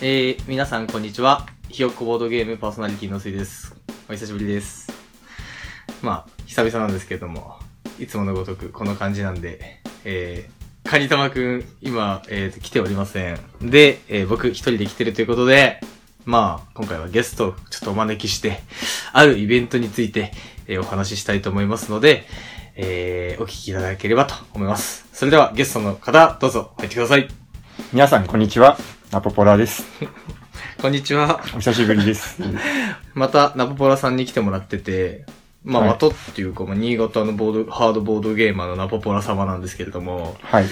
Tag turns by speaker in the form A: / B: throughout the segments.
A: えー、皆さんこんにちは。ひよっこボードゲームパーソナリティのすいです。お久しぶりです。まあ、久々なんですけども、いつものごとくこの感じなんで、えー、カニタマくん、今、えー、来ておりません。で、えー僕一人で来てるということで、まあ、今回はゲストをちょっとお招きして、あるイベントについて、えーお話ししたいと思いますので、えー、お聞きいただければと思います。それではゲストの方、どうぞ入ってください。
B: 皆さん、こんにちは。ナポポラです。
A: こんにちは。
B: お久しぶ りです。
A: また、ナポポラさんに来てもらってて、まあ、
B: はい
A: ワトっていうか、まあ、新潟のボード、ハードボードゲーマーのナポポラ様なんですけれども、
B: はい。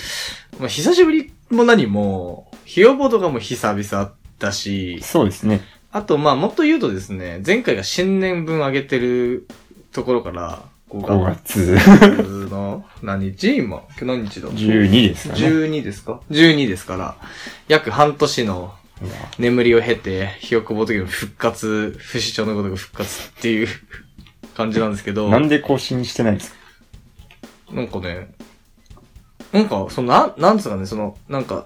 A: まあ、久しぶりも何も、ヒヨボードがもう久々だし、
B: そうですね。
A: あと、まあ、もっと言うとですね、前回が新年分上げてるところから、
B: 5
A: 5
B: 月
A: 月の何日今、今日何日だ
B: 12ですかね。
A: 12ですか ?12 ですから、約半年の
B: いや
A: 眠りを経て、ひよこぼときの復活、不死鳥のごとく復活っていう感じなんですけど、
B: なんで更新してないんですか
A: なんかね、なんか、その、なん、なんですかね、その、なんか、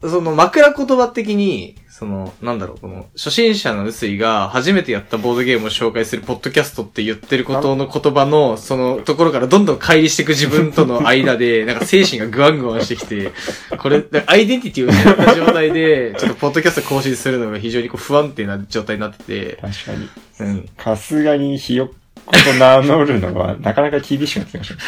A: その枕言葉的に、その、なんだろう、この、初心者の薄井が初めてやったボードゲームを紹介するポッドキャストって言ってることの言葉の、そのところからどんどん乖離していく自分との間で、なんか精神がグワングワンしてきて、これ、アイデンティティを失った状態で、ちょっとポッドキャスト更新するのが非常にこう不安定な状態になってて、
B: 確かに。
A: うん。
B: さすがにひよっこと名乗るのは、なかなか厳しくなってきましたね。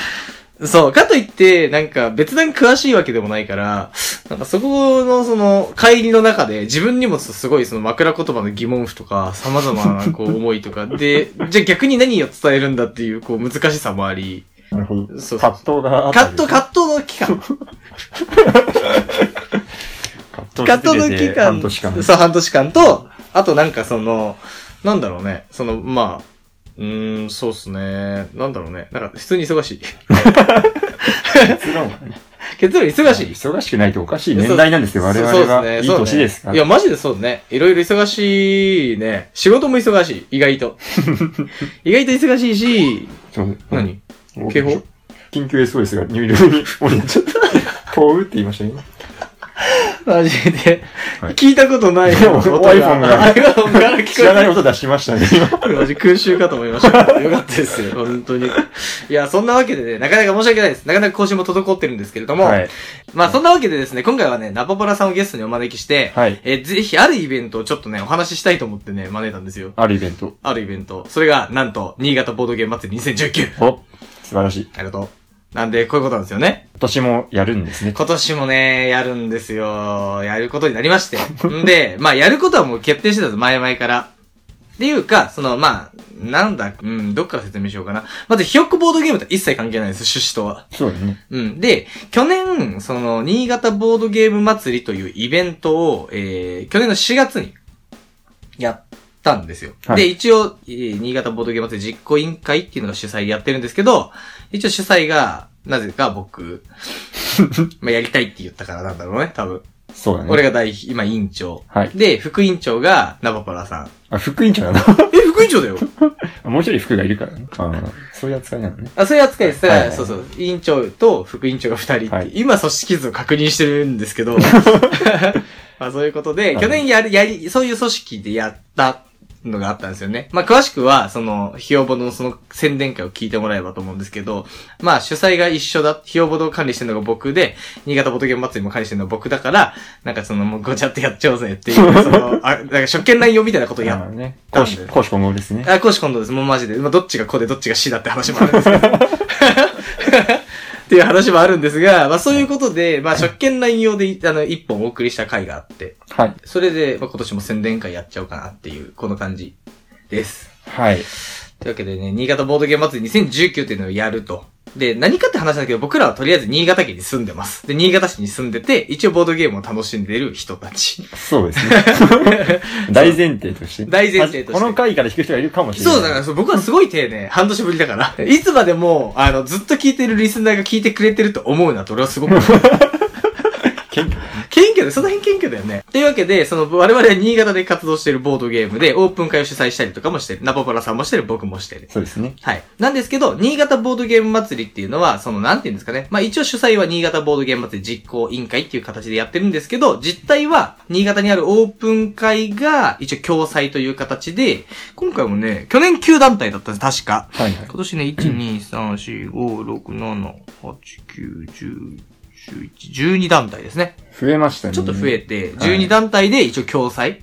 A: そう。かといって、なんか別段詳しいわけでもないから、なんかそこのその、帰りの中で自分にもすごいその枕言葉の疑問符とか、様々なこう思い とか、で、じゃあ逆に何を伝えるんだっていうこう難しさもあり、
B: なるほど。
A: そうそう
B: 葛藤があった
A: 葛
B: んで
A: 藤、
B: すね。
A: 葛藤の期間。
B: 葛
A: 葛藤の
B: 藤出て
A: 期
B: て
A: 間。
B: 半年間。
A: そう、半年間と、あとなんかその、なんだろうね、その、まあ、うーん、そうっすね。なんだろうね。なんか、普通に忙しい。
B: 結論はね。
A: 結論忙しい。
B: 忙しくないとおかしい年代なんですよ。我々
A: そうそうっ
B: が。いい年で
A: そ
B: す
A: う
B: か
A: ねい
B: ら
A: や、。マジでそうね。いろいろ忙しいね。仕事も忙しい。意外 と。意外と忙しいし、
B: ちょ
A: 何警報
B: 緊急 SOS が入力に降りち ゃった。こうって言いましたね。今
A: マジで。
B: はい
A: 聞いたことないよ。
B: でも
A: 音が
B: iPhone が
A: iPhone から聞こえて
B: 知 らない音出しましたね、今。
A: マジ空襲かと思いましたけど。よかったですよ。本当に。いや、そんなわけでね、なかなか申し訳ないです。なかなか更新も滞ってるんですけれども。
B: はい。
A: まあ、そんなわけでですね、今回はね、ナポポラさんをゲストにお招きして、
B: はい。
A: えーぜひあるイベントをちょっとね、お話ししたいと思ってね、招いたんですよ。
B: あるイベント。
A: あるイベント。それが、なんと、新潟ボードゲーム祭り2019。
B: お、素晴らしい。
A: なるほど。なんで、こういうことなんですよね。
B: 今年もやるんですね。
A: 今年もね、やるんですよ。やることになりまして。んで、まあ、やることはもう決定してたんです、前々から。っていうか、その、まあ、なんだ、うん、どっから説明しようかな。まず、ひよっこボードゲームとは一切関係ないです、趣旨とは。
B: そうだね。
A: うん。で、去年、その、新潟ボードゲーム祭りというイベントを、えー、去年の4月に、やったんですよ。
B: はい
A: で、一応、えー新潟ボードゲーム祭り実行委員会っていうのが主催でやってるんですけど、一応主催が、なぜか 僕、まあやりたいって言ったからなんだろうね、多分。
B: そうだね。
A: 俺が大、今委員長。
B: はい。
A: で、副委員長が、ナバパラさん。
B: あ、副委員長な
A: え、副委員長だよ
B: の もう一人副がいるからね。ああ、そういう扱いなのね。
A: あ、そういう扱いです。だから、
B: はいはい
A: そうそう。委員長と副委員長が二人って、
B: はい
A: 今組織図を確認してるんですけ ど、まあそういうことで、
B: はい
A: 去年やる、やり、そういう組織でやったのがあったんですよね。まあ詳しくは、その、ひよぼのその宣伝会を聞いてもらえればと思うんですけど、まあ主催が一緒だ、ひよぼのを管理してるのが僕で、新潟ボトゲーム祭りも管理してるのが僕だから、なんかその、もうごちゃっとやっちゃおうぜっていう、その、あ、なんか職権乱用みたいなことをやっ
B: ああね。
A: たん
B: 講
A: で
B: 師、講師混合ですね。
A: あ、講師今度です。もうマジで。まあ、どっちが子でどっちが死だって話もあるんですけど。っていう話もあるんですが、まあそういうことで、まあ職権乱用で、あの、一本お送りした回があって、
B: はい。
A: それで、まあ今年も宣伝会やっちゃおうかなっていう、この感じです。
B: はい。
A: というわけでね、新潟ボードゲーム祭り2019っていうのをやると。で、何かって話だけど、僕らはとりあえず新潟県に住んでます。で、新潟市に住んでて、一応ボードゲームを楽しんでる人たち。
B: そうです ね。大前提として。
A: 大前提として
B: あこの回から聞く人がいるかもしれない。
A: そうだから、そう僕はすごい丁寧。 半年ぶりだから。いつまでも、あの、ず っと聞いてるリスナーが聞いてくれてると思うなと俺はすごく思う。
B: 謙虚
A: 謙虚虚だ、その辺謙虚だよね。というわけで、その、我々は新潟で活動しているボードゲームで、オープン会を主催したりとかもしてる。ナポパラさんもしてる、僕もしてる。
B: そうですね。
A: はい。なんですけど、新潟ボードゲーム祭りっていうのは、その、なんていうんですかね。まあ一応主催は新潟ボードゲーム祭り実行委員会っていう形でやってるんですけど、実態は、新潟にあるオープン会が、一応共催という形で、今回もね、去年9団体だったんです、確か。
B: はいはい
A: 今。年ね、1、2、3、4、5、6、7、8、9、10、11、12団体ですね。
B: 増えましたね。
A: ちょっと増えて、
B: はい
A: 12団体で一応共催。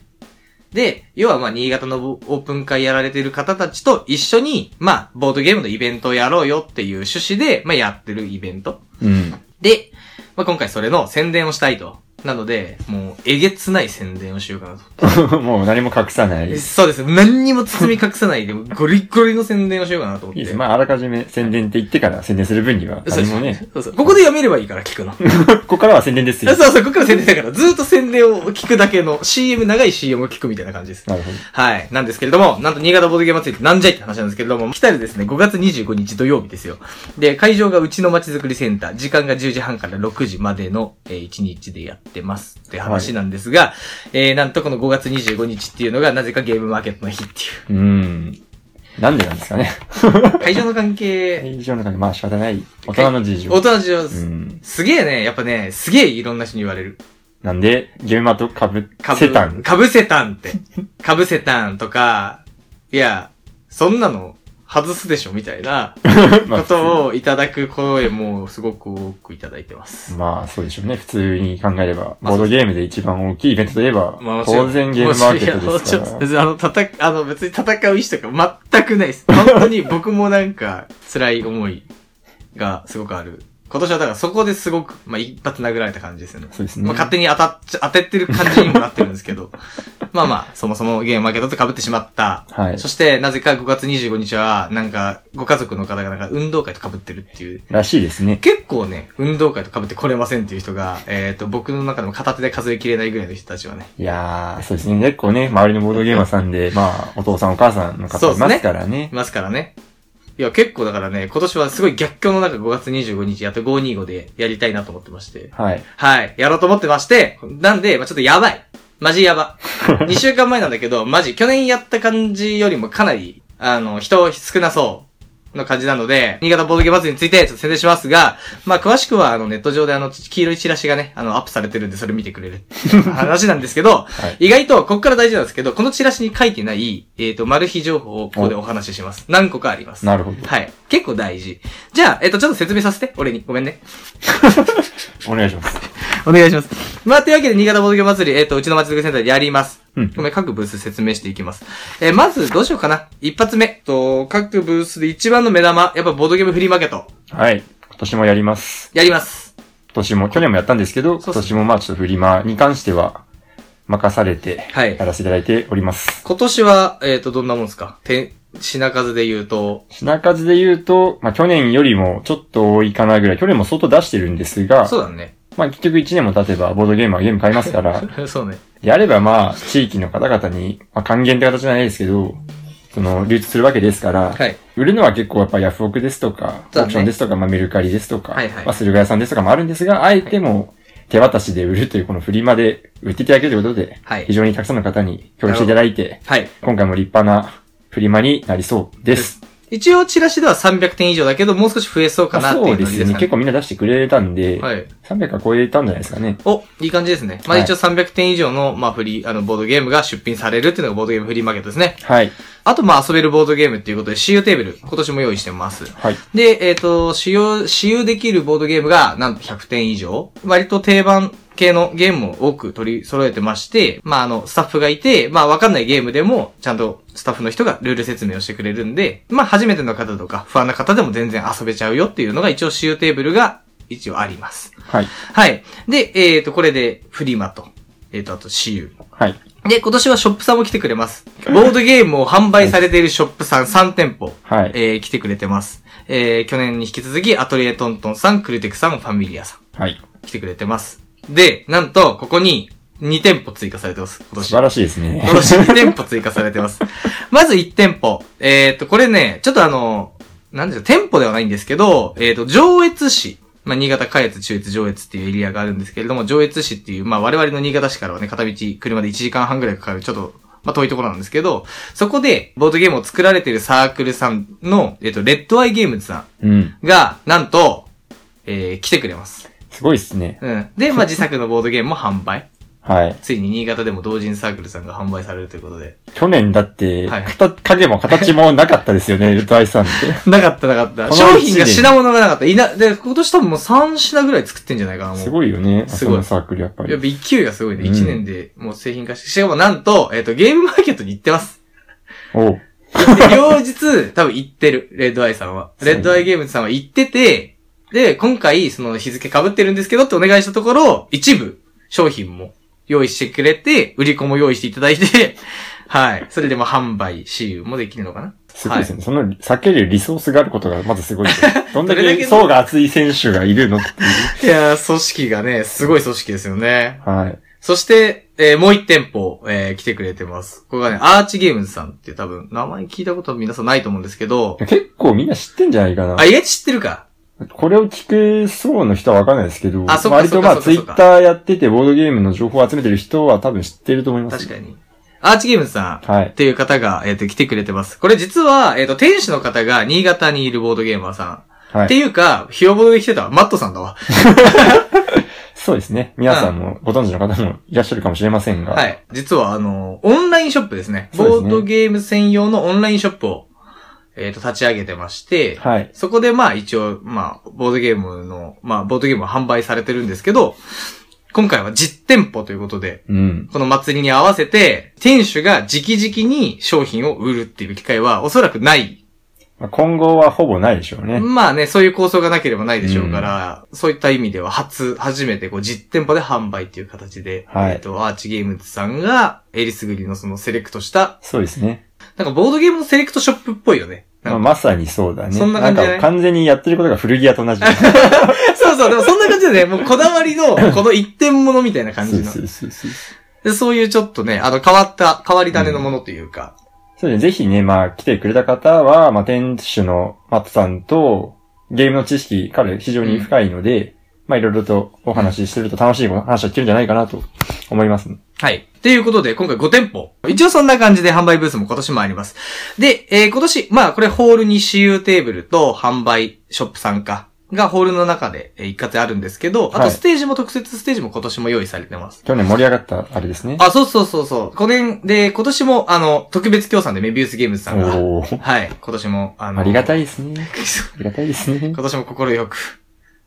A: で、要はまあ、新潟のオープン会やられてる方たちと一緒に、まあ、ボードゲームのイベントをやろうよっていう趣旨で、まあ、やってるイベント。
B: うん。
A: で、まあ、今回それの宣伝をしたいと。なので、もう、えげつない宣伝をしようかなと。
B: もう何も隠さない。いい
A: そうです。何にも包み隠さないで、もうゴリゴリの宣伝をしようかなと思って。
B: です。まあ、あらかじめ宣伝って言ってから宣伝する分には、
A: そう
B: 何
A: です
B: もね、
A: そうそう。ここでやめればいいから聞くの。
B: ここからは宣伝です
A: そ
B: よ
A: う。そう、ここから宣伝だから、ずーっと宣伝を聞くだけの CM、長い CM を聞くみたいな感じです。
B: なるほど。
A: はい。なんですけれども、なんと新潟ボードゲーム祭りってなんじゃいって話なんですけれども、来たるですね、5月25日土曜日ですよ。で、会場がうちのまちづくりセンター、時間が10時半から6時までの、えー1日でやってますって話なんですが、えー、なんとこの5月25日っていうのが、なぜかゲームマーケットの日っていう
B: ーん。なんでなんですかね。
A: う。会場の関係、
B: 以上の中で、まあ仕方ない。大人の事情。
A: 大人の事情で
B: う
A: す。
B: ん。
A: すげえね、やっぱね、すげえいろんな人に言われる。
B: なんで、ゲームマとかぶ
A: かぶ
B: せたん。
A: かぶせたん って。かぶせたんとか、いや、そんなの外すでしょみたいな こ
B: まあ
A: とをいただく声もすごく多くいただいてます。
B: まあ、そうでしょうね。普通に考えれば、ボードゲームで一番大きいイベントといえば、
A: まあ
B: 当然ゲームマーケットです
A: もちろんいやもちろん
B: か
A: 別にあの、たた、あの、別に戦う意思とか全くないです。本当に僕もなんか辛い思いがすごくある。今年はだからそこですごく、まあ、一発殴られた感じですよね
B: ら。。そうですね。
A: まあ、勝手に当たっちゃ、当ててる感じにもなってるんですけ ど。まあまあ、そもそもゲームマーケットと被ってしまった。
B: はい
A: そ。して、なぜか5月25日は、なんか、ご家族の方がなんか運動会と被ってるっていう。
B: らしいですね。
A: 結構ね、運動会と被ってこれませんっていう人が、えっ、と、僕の中でも片手で数えきれないぐらいの人たちはね。
B: いやー、そうですね。結構ね、周りのボードゲーマーさんで、まあ、お父さんお母さんの
A: そうで
B: 方い
A: すね
B: ますからね
A: い。ますからね。いや、結構だからね、今年はすごい逆境の中5月25日やっと525でやりたいなと思ってまして。
B: はい。
A: はい。やろうと思ってまして、なんで、まあ、ちょっとやばい。マジや ば。2週間前なんだけど、マジ、去年やった感じよりもかなり、あの、人少なそう。の感じなので、新潟ボードゲーム祭りについてちょっと宣伝しますが、まあ、詳しくは、あの、ネット上であの、黄色いチラシがね、あの、アップされてるんで、それ見てく れるっていう話なんですけど、
B: はい。
A: 意外と、ここから大事なんですけど、このチラシに書いてない、えっ、と、マル秘情報をここでお話しします。何個かあります。
B: なるほど。
A: はい。結構大事。じゃあ、えっ、と、ちょっと説明させて、俺に。ごめんね。
B: お願いします。
A: お願いします。まあ、というわけで、新潟ボードゲーム祭り、えっ、と、うちの町づくりセンターでやります。
B: うん
A: ごめん、各ブース説明していきます。えーまず、どうしようかな。一発目。と、各ブースで一番の目玉、やっぱボードゲームフリーマーケット。
B: はい。今年もやります。
A: やります。
B: 今年も、去年もやったんですけど、
A: そう
B: 今
A: そう
B: 年もまあ、ちょっとフリマに関しては、任されて、
A: はい
B: やらせていただいております。
A: 今年は、えっ、と、どんなもんですかて、品数で言うと、
B: 品数で言うと、まあ、去年よりもちょっと多いかなぐらい、去年も相当出してるんですが、
A: そうだね。
B: まあ、結局1年も経てばボードゲームはゲーム買いますから、
A: そうね。
B: やればまあ、地域の方々に、まあ、還元って形じゃないですけど、その、流通するわけですから、
A: はい。
B: 売るのは結構やっぱヤフオクですとか、
A: そ
B: オ
A: うだね
B: ークションですとか、まあ、メルカリですとか、
A: はいはい
B: まあ、駿河屋さんですとかもあるんですが、あえても手渡しで売るというこのフリマで売っていただけるということで、
A: はい
B: 非常にたくさんの方に協力していただいて、
A: はい。
B: 今回も立派なフリマになりそうです。
A: 一応、チラシでは300点以上だけど、もう少し増えそうかなってい
B: そうう
A: の
B: で
A: がいい
B: す
A: で
B: ね
A: すかね。
B: 結構みんな出してくれたんで、
A: はい。
B: 300は超えたんじゃないですかね。
A: お、いい感じですね。まあ、
B: はい
A: 一応300点以上の、まあ、フリー、あの、ボードゲームが出品されるっていうのがボードゲームフリーマーケットですね。
B: はい。
A: あと、まあ、遊べるボードゲームっていうことで、私有テーブル、今年も用意してます。
B: はい。
A: で、えっ、と、使用、使用できるボードゲームが、なんと100点以上。割と定番系のゲームを多く取り揃えてまして、まあ、あの、スタッフがいて、まあ、わかんないゲームでも、ちゃんとスタッフの人がルール説明をしてくれるんで、まあ、初めての方とか、不安な方でも全然遊べちゃうよっていうのが、一応使用テーブルが、一応あります。
B: はい。
A: はい。で、えっ、と、これで、フリマと、えっ、と、あと、私有。
B: はい。
A: で、今年はショップさんも来てくれます。ボードゲームを販売されているショップさん3店舗、
B: はい。
A: えー、来てくれてます。えー、去年に引き続き、アトリエトントンさん、クルテクさん、ファミリアさん、
B: はい。
A: 来てくれてます。で、なんと、ここに2店舗追加されてます、今
B: 素
A: 年。
B: 晴らしいです ね
A: 今。年2店舗追加されてます。まず1店舗。えー、っと、これね、ちょっとあの、なんでしょう、店舗ではないんですけど、えー、っと、上越市まあ、新潟下越、中越、上越っていうエリアがあるんですけれども、上越市っていう、まあ、我々の新潟市からはね、片道車で1時間半ぐらいかかる、ちょっと、まあ、遠いところなんですけど、そこで、ボードゲームを作られてるサークルさんの、えっと、レッドアイゲームズさ
B: うん。
A: んが、なんと、えー、来てくれます。
B: すごいっすね。
A: うん。で、まあ、自作のボードゲームも販売。
B: はい。
A: ついに新潟でも同人サークルさんが販売されるということで。
B: 去年だって、
A: はい
B: かた影も形もなかったですよね、ルトアイさんって。
A: なかったなかった。
B: この
A: 商品が
B: 一年
A: 品物がなかった。いな、で、今年多分もう3品ぐらい作ってんじゃないかな、もう。
B: すごいよね、
A: すごい
B: そのサークルやっぱ
A: やっ
B: り。
A: ぱ勢いがすごいね。
B: うん
A: 1年でもう製品化して、しかもなんと、えっ、と、ゲームマーケットに行ってます。
B: おう
A: で両日、多分行ってる。レッドアイさんは。
B: そう
A: レッドアイゲームズさんは行ってて、で、今回、その日付被ってるんですけどってお願いしたところ、一部、商品も用意してくれて、売り子も用意していただいて、 はい。それでも販売、私有もできるのかな
B: すごいですね。その、避けるリソースがあることがまずす ごいです。どんだ
A: どれだけ
B: け
A: の
B: 層が厚い選手がいるのってい
A: い
B: う。
A: やー、組織がね、すごい組織ですよね。
B: はい。
A: そして、えーもう一店舗、えー来てくれてます。ここがね、アーチゲームズさんっていう多分、名前聞いたことは皆さんないと思うんですけど、
B: 結構みんな知ってんじゃないか
A: あ、いや、知ってるか。
B: な。これを聞く層の人はわかんないですけど、
A: あそっか
B: 割と
A: そ
B: まあ
A: っか
B: ツ
A: そっか
B: イ
A: そっか
B: ッターやっててボードゲームの情報を集めてる人は多分知ってると思います。
A: 確かに。アーチゲームズさんっ
B: はい。
A: ていう方が、えっ、と、来てくれてます。これ実は、えっ、と、店主の方が新潟にいるボードゲーマーさん。
B: は
A: って
B: い。
A: いうか、ひよぼどで来てたマットさんだわ。
B: そうですね。皆さんもご存知の方もいらっしゃるかもしれませんが。
A: は。い。実は、あの、オンラインショップですね。
B: そうです
A: ボ
B: ね
A: ードゲーム専用のオンラインショップを、えっ、と、立ち上げてまして、
B: はい。
A: そこでまあ一応、まあ、ボードゲームの、まあ、ボードゲームは販売されてるんですけど、今回は実店舗ということで、
B: うん。
A: この祭りに合わせて、店主が直々に商品を売るっていう機会はおそらくない。
B: まあ今後はほぼないでしょうね。
A: まあね、そういう構想がなければないでしょうから、そういった意味では初、初めてこう実店舗で販売っていう形で、
B: はい
A: えっと、アーチゲームズさんが、エリスグリのそのセレクトした、
B: そうですね。
A: なんかボードゲームのセレクトショップっぽいよね。なんか
B: まあ、まさにそうだね。
A: そんな感じだね
B: んか完全にやってることが古着屋と同じ。
A: そうそう、でもそんな感じでね、もうこだわりの、この一点物みたいな 感じの
B: そ。うそうそうそう。
A: で、そういうちょっとね、あの、変わった、変わり種のものというか。
B: そうですね。ぜひね、まあ、来てくれた方は、まあ、店主のマットさんと、ゲームの知識、彼非常に深いので、まあ、いろいろとお話ししてると楽しいお話を聞けるんじゃないかなと思いますね。
A: はい。ということで、今回5店舗。一応そんな感じで販売ブースも今年もあります。で、えー今年、まあこれホールに私有テーブルと販売ショップ参加がホールの中でえー一括あるんですけど、あ
B: は
A: と
B: い
A: ステージも特設ステージも今年も用意されてます。
B: 去年盛り上がった、あれですね。
A: あ、そうそうそうそう。5年で、今年もあの、特別協賛でメビウスゲームズさんが、
B: おー。
A: はい、今年もあの、
B: ありが
A: い。
B: たいですね。ありがたいですね。
A: 今年も心よく、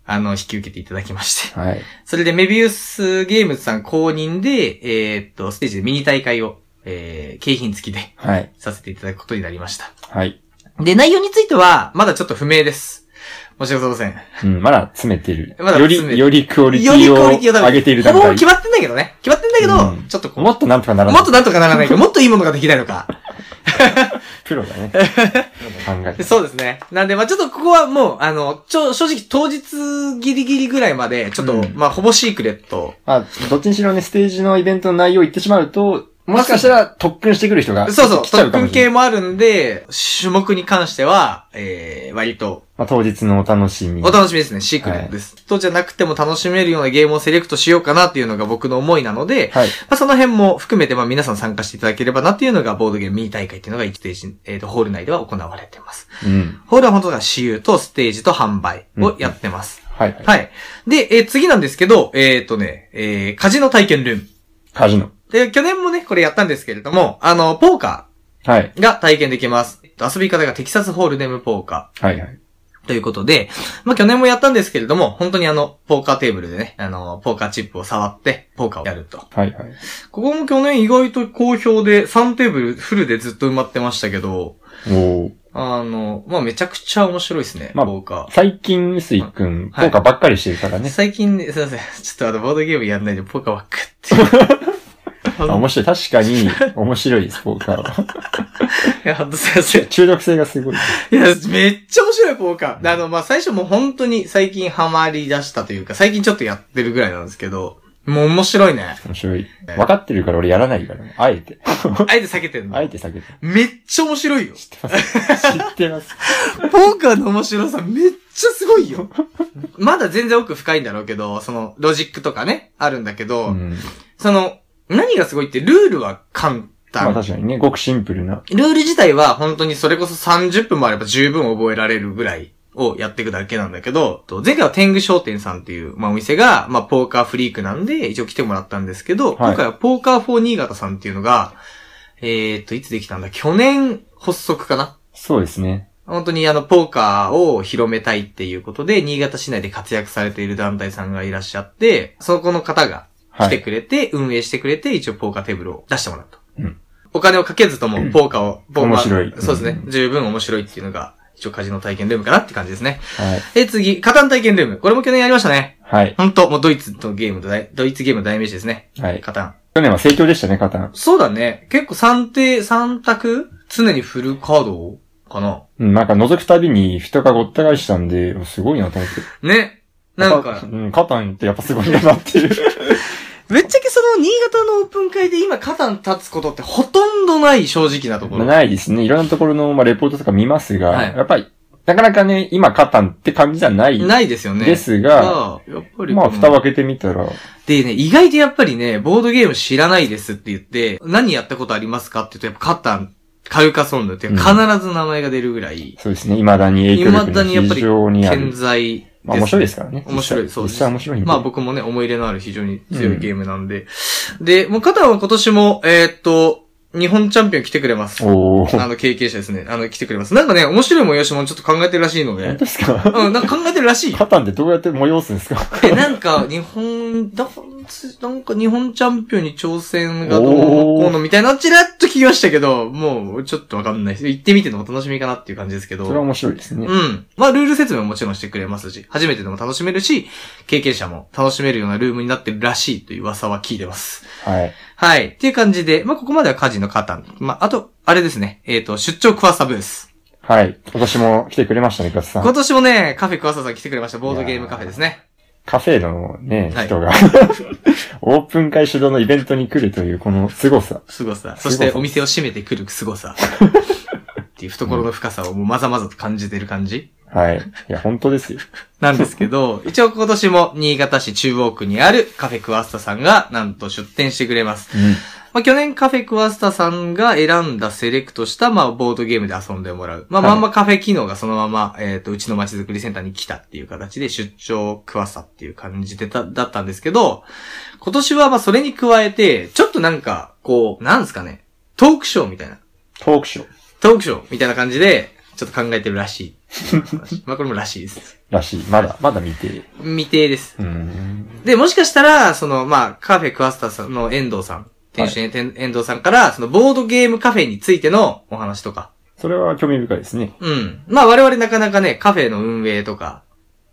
A: あの、引き受けていただきまして。
B: はい。
A: それでメビウスゲームズさん公認で、えーっと、ステージでミニ大会を、えー、景品付きで
B: はい。
A: させていただくことになりました。
B: はい。
A: で、内容については、まだちょっと不明です。申し訳ございません。
B: うん、まだ詰めてる。
A: まだ
B: よ
A: 詰めて
B: り、
A: る
B: よりクオリテ
A: より
B: ィ
A: クオリティを
B: を上げている
A: ほ
B: 段
A: ぼ
B: 階。
A: 決まってんだけどね。決まってんだけど、
B: うん
A: ちょっとこう、
B: もっとなんとかならない。
A: もっとなんとかならないか、もっといいものができないのか。
B: プロ だね。考えて。
A: そうですね。なんで、まあちょっとここはもう、あの、ちょ、正直当日ギリギリぐらいまで、ちょっと、
B: うん
A: まあほぼシークレット。
B: まあ、どっちにしろね、ステージのイベントの内容を言ってしまうと、もしかしたら特訓してくる人が
A: そうそう、
B: 来ちゃ
A: 特
B: うかも
A: 訓
B: しれ
A: 系
B: ない。
A: もあるんで、種目に関しては、えー、割と
B: まあ、当日のお楽しみ。
A: お楽しみですね、シークレットです。とじゃなくても楽しめるようなゲームをセレクトしようかなっていうのが僕の思いなので、
B: はい。
A: まあ、その辺も含めて、まあ、皆さん参加していただければなっていうのが、ボードゲームミニ大会っていうのが1ステージ、えっ、と、ホール内では行われてます。
B: うん。
A: ホールは本当は私有とステージと販売をやってます。
B: はいはい。
A: はい。で、えー次なんですけど、えっ、とね、えーカジノ体験ルーム。
B: カジノ。
A: で、去年もね、これやったんですけれども、あの、ポーカ
B: はい。
A: ーが体験できます。えっと遊び方がテキサスホールデムポーカー。
B: はいはい。
A: ということで、まあ、去年もやったんですけれども、本当にあの、ポーカーテーブルでね、あの、ポーカーチップを触って、ポーカーをやると。
B: はいはい。
A: ここも去年意外と好評で、3テーブルフルでずっと埋まってましたけど、
B: おー
A: あの、まあ、めちゃくちゃ面白いですね、
B: まあ
A: ポーカ
B: 最近、臼井くん、
A: はい
B: 効果ばっかりしてるから
A: ー。
B: ね。
A: 最近ね、すいません、ちょっとあの、ボードゲームやんないで、ポーカーばっかって。
B: あ面白い。確 かに、面白いです、効果は。
A: いや、ほんと すいません。
B: 中毒性がすごい。
A: いや、めっちゃ面白い、ポーカー。であの、まあ、最初もう本当に最近ハマり出したというか、最近ちょっとやってるぐらいなんですけど、もう面白い ね。
B: 面白い。分かってるから俺やらないからね。あえて。
A: あえて避けてんの。
B: あえて避けて。
A: めっちゃ面白い よ。
B: 知ってます。知ってます。
A: ポーカーの面白さめっちゃすごいよ。 まだ全然奥深いんだろうけど、その、ロジックとかね、あるんだけど、
B: うん。
A: その、何がすごいってルールは簡単。
B: まあ確かにね、ごくシンプルな。
A: ルール自体は本当にそれこそ30分もあれば十分覚えられるぐらいをやっていくだけなんだけど、と前回は天狗商店さんっていう、まあ、お店が、まあ、ポーカーフリークなんで一応来てもらったんですけど、
B: はい
A: 今回はポーカーフォー新潟さんっていうのが、えー、っと、いつできたんだ去年発足かな
B: そうですね。
A: 本当にあの、ポーカーを広めたいっていうことで、新潟市内で活躍されている団体さんがいらっしゃって、そこの方が
B: は
A: 来て
B: い。
A: くれて、運営してくれて、一応ポーカーテーブルを出してもらったと。
B: うん
A: お金をかけずとも、ポーカーを、ポーカー
B: 面白い
A: そうですね。
B: うん
A: 十分面白いっていうのが、一応カジノ体験ルームかなって感じですね。
B: はい。
A: え、次、カタン体験ルーム。これも去年やりましたね。
B: はい。
A: ほんと、もうドイツのゲームと大、ドイツゲームの代名詞ですね。
B: はい。
A: カタン。
B: 去年は盛況でしたね、カタン。
A: そうだね。結構三手、三択常にフルカードかな。
B: うん、なんか覗くたびに人がごった返したんで、すごいなと思って。
A: ね。なん
B: やっ
A: か、
B: ぱうん、カタンってやっぱすごいなっていう。
A: ぶっちゃけその新潟のオープン会で今カタン立つことってほとんどない正直なところ。
B: ないですね。いろんなところの、まあ、レポートとか見ますが、
A: はい
B: やっぱり、なかなかね、今、カタンって感じじゃない
A: ないですよね。
B: ですが、
A: がやっぱり。
B: まあ、蓋を開けてみたら、
A: でね、意外とやっぱりね、ボードゲーム知らないですって言って、何やったことありますかって言うと、やっぱカタン、カルカソンヌって必ず名前が出るぐらい、
B: そうですね、未だに影響
A: 未だにやっぱ
B: 力
A: り
B: が非常にあ
A: 健
B: る。
A: 在です。
B: まあ、面白いですからね。
A: 面白い
B: 実際
A: そうです
B: 実際面白いんで。
A: まあ僕もね、思い入れのある非常に強いゲームなんで。で、もうカタンは今年も、えーっと、日本チャンピオン来てくれます。
B: おー
A: あの、経験者ですね。あの、来てくれます。なんかね、面白い催しもちょっと考えてるらしいの
B: 本
A: で
B: 当。ですか
A: うん、なんか考えてるらしいよ
B: カタンってどうやって催すんですか
A: え、なんか、日本、だ、なんか日本チャンピオンに挑戦がどうのこうのみたいな、ちらっと聞きましたけど、もう、ちょっとわかんないです。行ってみてのも楽しみかなっていう感じですけ
B: それは
A: ど。
B: 面白いですね。
A: うん。まあ、ルール説明ももちろんしてくれますし、初めてでも楽しめるし、経験者も楽しめるようなルームになってるらしいという噂は聞いてます。
B: はい。
A: はい。っていう感じで、まあ、ここまではカジの方。まあ、あと、あれですね。えっ、と、出張クワサブース。
B: はい。今年も来てくれましたね、ガスさ
A: 今
B: ん。
A: 年もね、カフェクワサさん来てくれました。ボードゲームカフェですね。
B: カフェのね、
A: はい
B: 人が、 オープン会主導のイベントに来るという、この凄さ。
A: 凄さ。
B: さ
A: そしてお店を閉めてくる凄さ。っていう懐の深さをもうまざまざと感じてる感じ
B: はい。いや、本当ですよ。
A: なんですけど、一応今年も新潟市中央区にあるカフェクワスタさんがなんと出店してくれます。
B: うん。
A: まあ、去年カフェクワスタさんが選んだセレクトした、まあ、ボードゲームで遊んでもらう。まあ、
B: はい
A: まんまカフェ機能がそのまま、えっ、と、うちの街づくりセンターに来たっていう形で出張クワスタっていう感じでた、だったんですけど、今年はまあ、それに加えて、ちょっとなんか、こう、なんですかね、トークショーみたいな。
B: トークショー
A: トークショーみたいな感じで、ちょっと考えてるらし い。まあこれもらしいです。
B: らしい。まだ、まだ見て。
A: 未定です。
B: うん。
A: で、もしかしたら、その、まあ、カフェクワスタさんの遠藤さん、店主の遠遠藤さんから、その、ボードゲームカフェについてのお話とか。
B: それは興味深いですね。
A: うん。まあ、我々なかなかね、カフェの運営とか、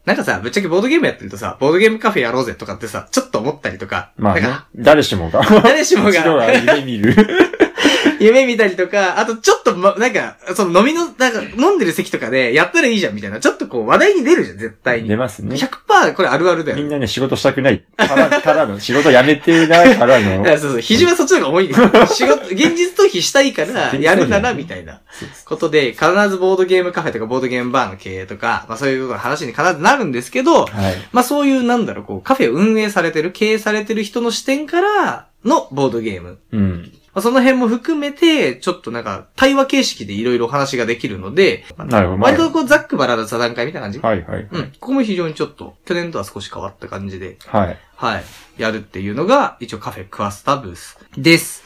A: なんかさ、ぶっちゃけボードゲームやってるとさ、ボードゲームカフェやろうぜとかってさ、ちょっと思ったりとか、
B: まあね
A: なんか、
B: 誰しもが。
A: 誰しも
B: 一度は
A: が
B: 夢見る。
A: 夢見たりとか、あとちょっと、ま、なんか、その飲みの、なんか飲んでる席とかでやったらいいじゃんみたいな、ちょっとこう話題に出るじゃん、絶対に
B: 出。ますね。
A: 100%これあるあるだよ
B: み
A: ね。
B: んなね、仕事したくない。から、からの、仕事辞めてないから
A: だ
B: の
A: か。らそうそう、比重 はそっちの方が多い んですよ。仕事、現実逃避したいから、
B: そう
A: やるなら、
B: 現実逃避
A: みたいな
B: そうです
A: ことで、必ずボードゲームカフェとか、ボードゲームバーの経営とか、まあそういう話に必ずなるんですけど、
B: はい。
A: まあそういう、なんだろう、こう、カフェを運営されてる、経営されてる人の視点からのボードゲーム。
B: うん。
A: まあその辺も含めて、ちょっとなんか、対話形式でいろいろお話ができるので、
B: なるほど。ま
A: 割と
B: あ
A: こう、ざっくばらんな座談会みたいな感じ。
B: はいはい。
A: うん。ここも非常にちょっと、去年とは少し変わった感じで、
B: はい。
A: はい。やるっていうのが、一応カフェクワスタブースです。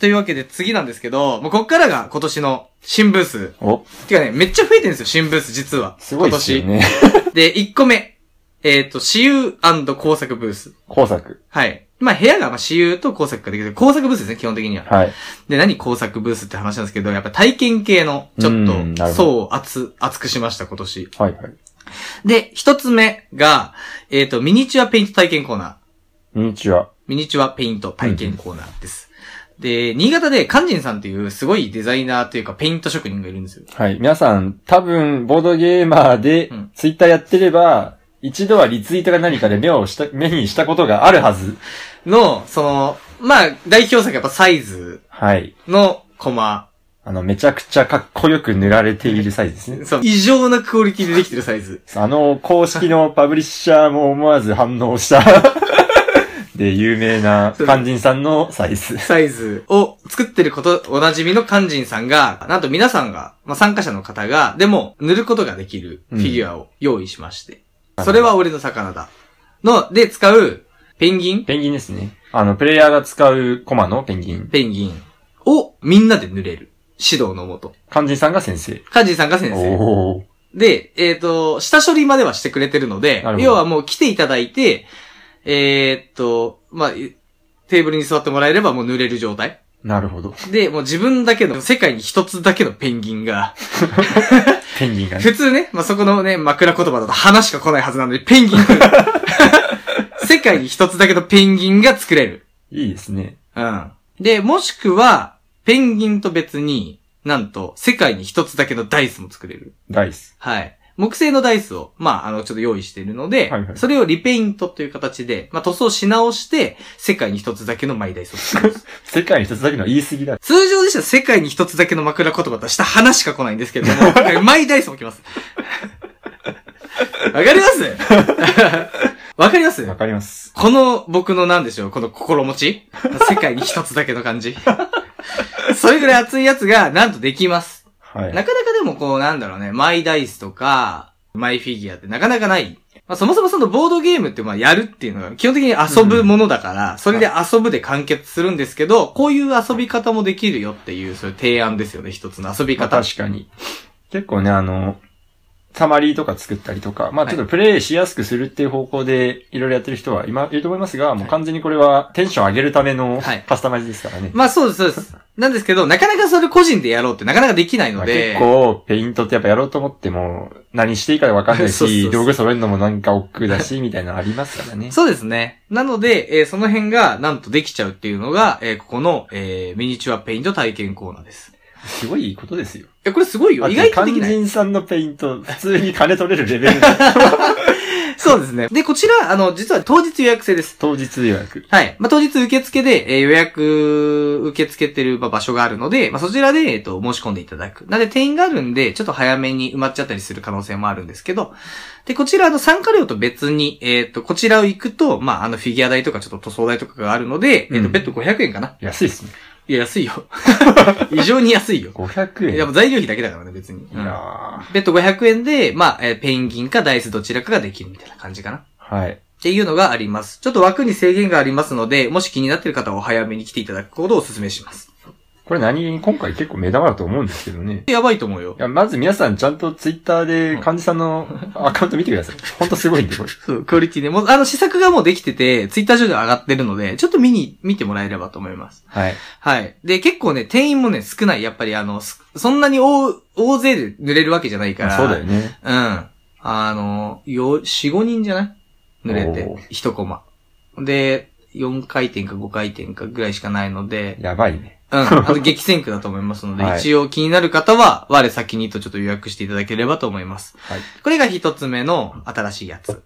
A: というわけで次なんですけど、もうこっからが今年の新ブース。
B: お、
A: てかね、めっちゃ増えてるんですよ、新ブース実は。
B: すごいですよね。
A: 今年。で、1個目。えっ、と、私有工作ブース。
B: 工作。
A: はい。まあ部屋がまあ私有と工作ができる。工作ブースですね、基本的には。
B: はい。
A: で、何工作ブースって話なんですけど、やっぱ体験系の、ちょ
B: うん
A: っ
B: な
A: と、
B: るほど
A: 層を厚、厚くしました、今年。
B: はいはい。
A: で、一つ目が、えっ、と、ミニチュアペイント体験コーナー。
B: こんにちは。
A: ミニチュアペイント体験コーナーです。で、新潟で肝心さんっていうすごいデザイナーというかペイント職人がいるんですよ。
B: はい。皆さん、多分、ボードゲーマーで
A: うん、
B: ツイッターやってれば、一度はリツイートが何かで目をした、目にしたことがあるはず。
A: の、その、まあ、代表作やっぱサイズ
B: はい。
A: のコマ。
B: あの、めちゃくちゃかっこよく塗られているサイズですね。
A: そう、異常なクオリティでできてるサイズ。
B: あの、公 式のパブリッシャーも思わず反応した。で、有名な肝心さんのサイズ。
A: サイズを作ってること、おなじみの肝心さんが、なんと皆さんが、まあ、参加者の方が、でも、塗ることができるフィギュアを用意しまして。それは俺の魚だ。の、で使う、ペンギン
B: ペンギンですね。あの、プレイヤーが使うコマのペンギン。
A: ペンギンをみんなで塗れる。指導のもと。
B: 肝心さんが先生。
A: カジさんが先生。
B: おー。
A: で、えっ、と、下処理まではしてくれてるので
B: なる、ほど
A: 要はもう来ていただいて、えーっと、まあ、いテーブルに座ってもらえればもう塗れる状態。
B: なるほど。
A: で、もう自分だけの、世界に一つだけのペンギンが、
B: ペンギンがね。
A: 普通ね、まあ、そこのね、枕言葉だと花しか来ないはずなのに、ペンギン。 世界に一つだけのペンギンが作れる。
B: いいですね。
A: うん。で、もしくは、ペンギンと別に、なんと、世界に一つだけのダイスも作れる。
B: ダイス。
A: はい。木製のダイスを、まあ、あの、ちょっと用意しているので、
B: はいはい
A: それをリペイントという形で、まあ、塗装し直して、世界に一つだけのマイダイスを作 る。
B: 世界に一つだけの言い過ぎだ。
A: 通常でしたら世界に一つだけの枕言葉とした花しか来ないんですけれ ども、今回マイダイスも来ます。わかります わかります
B: わかります。
A: この僕のなんでしょう、この心持ち世界に一つだけの感 じ。それぐらい熱いやつがなんとできます。
B: は。
A: ないかなかでもこうなんだろうね、マイダイスとか、マイフィギュアってなかなかない。まあそもそもそのボードゲームってまあやるっていうのは基本的に遊ぶものだから、それで遊ぶで完結するんですけど、こういう遊び方もできるよっていう、そういう提案ですよね、一つの遊び
B: まあ
A: 方。
B: 確かに。結構ね、あの、サマリーとか作ったりとか、まあちょっとプレイしやすくするっていう方向でいろいろやってる人は今いると思いますが、もう完全にこれはテンション上げるための
A: はい
B: カスタマイズですからね。
A: まあそうです、そうです。なんですけど、なかなかそれ個人でやろうってなかなかできない
B: ま
A: の
B: あ
A: で
B: 結。構、ペイントってやっぱやろうと思っても、何していいかわかんな い
A: そうそうそ
B: し、
A: う
B: 道具揃えるのもなんか億劫だし、みたいなのありますからね。
A: そうですね。なので、えーその辺がなんとできちゃうっていうのが、えーここの、えーミニチュアペイント体験コーナー です。
B: すごいいいことですよ。
A: え、これすごいよ。意外とできな
B: 肝
A: い。
B: 心さんのペイント、普通に金取れるレベルで
A: そうですね。で、こちら、あの、実は当日予約制です。
B: 当日予約。
A: はい。まあ、当日受付で、えー予約受け付けてるまあ場所があるので、まあ、そちらで、えっ、と、申し込んでいただく。なので、定員があるんで、ちょっと早めに埋まっちゃったりする可能性もあるんですけど、で、こちら、あの、参加料と別に、えっ、と、こちらを行くと、まあ、あの、フィギュア代とか、ちょっと塗装代とかがあるので、えっ、
B: う
A: と、
B: ん
A: 別途500円かな。
B: 安いですね。
A: いや、安いよ。 異常に安いよ。
B: 500円。
A: いや、もう材料費だけだからね、別に。
B: いやー
A: 別途500円で、まあ、えーペンギンかダイスどちらかができるみたいな感じかな。っ
B: はい。
A: ていうのがあります。ちょっと枠に制限がありますので、もし気になってる方はお早めに来ていただくことをお勧めします。
B: これ何気に今回結構目玉だと思うんですけどね。
A: やばいと思うよ
B: い。や、まず皆さんちゃんとツイッターで患者さんのアカウント見てください。ほんとすごいんで、これ。
A: そう、クオリティで。もう、あの、試作がもうできてて、ツイッター上では上がってるので、ちょっと見に、見てもらえればと思います。
B: はい。
A: はい。で、結構ね、店員もね、少ない。やっぱり、あの、すそんなに大、大勢で塗れるわけじゃないから。
B: そうだよね。
A: うん。あの、よ、四五人じゃない濡れて
B: おー、
A: 一コマ。で、4回転か5回転かぐらいしかないので、
B: やばいね。
A: うん。あと激戦区だと思いますので、
B: はい
A: 一応気になる方は、我先にとちょっと予約していただければと思います。
B: はい。
A: これが一つ目の新しいやつ。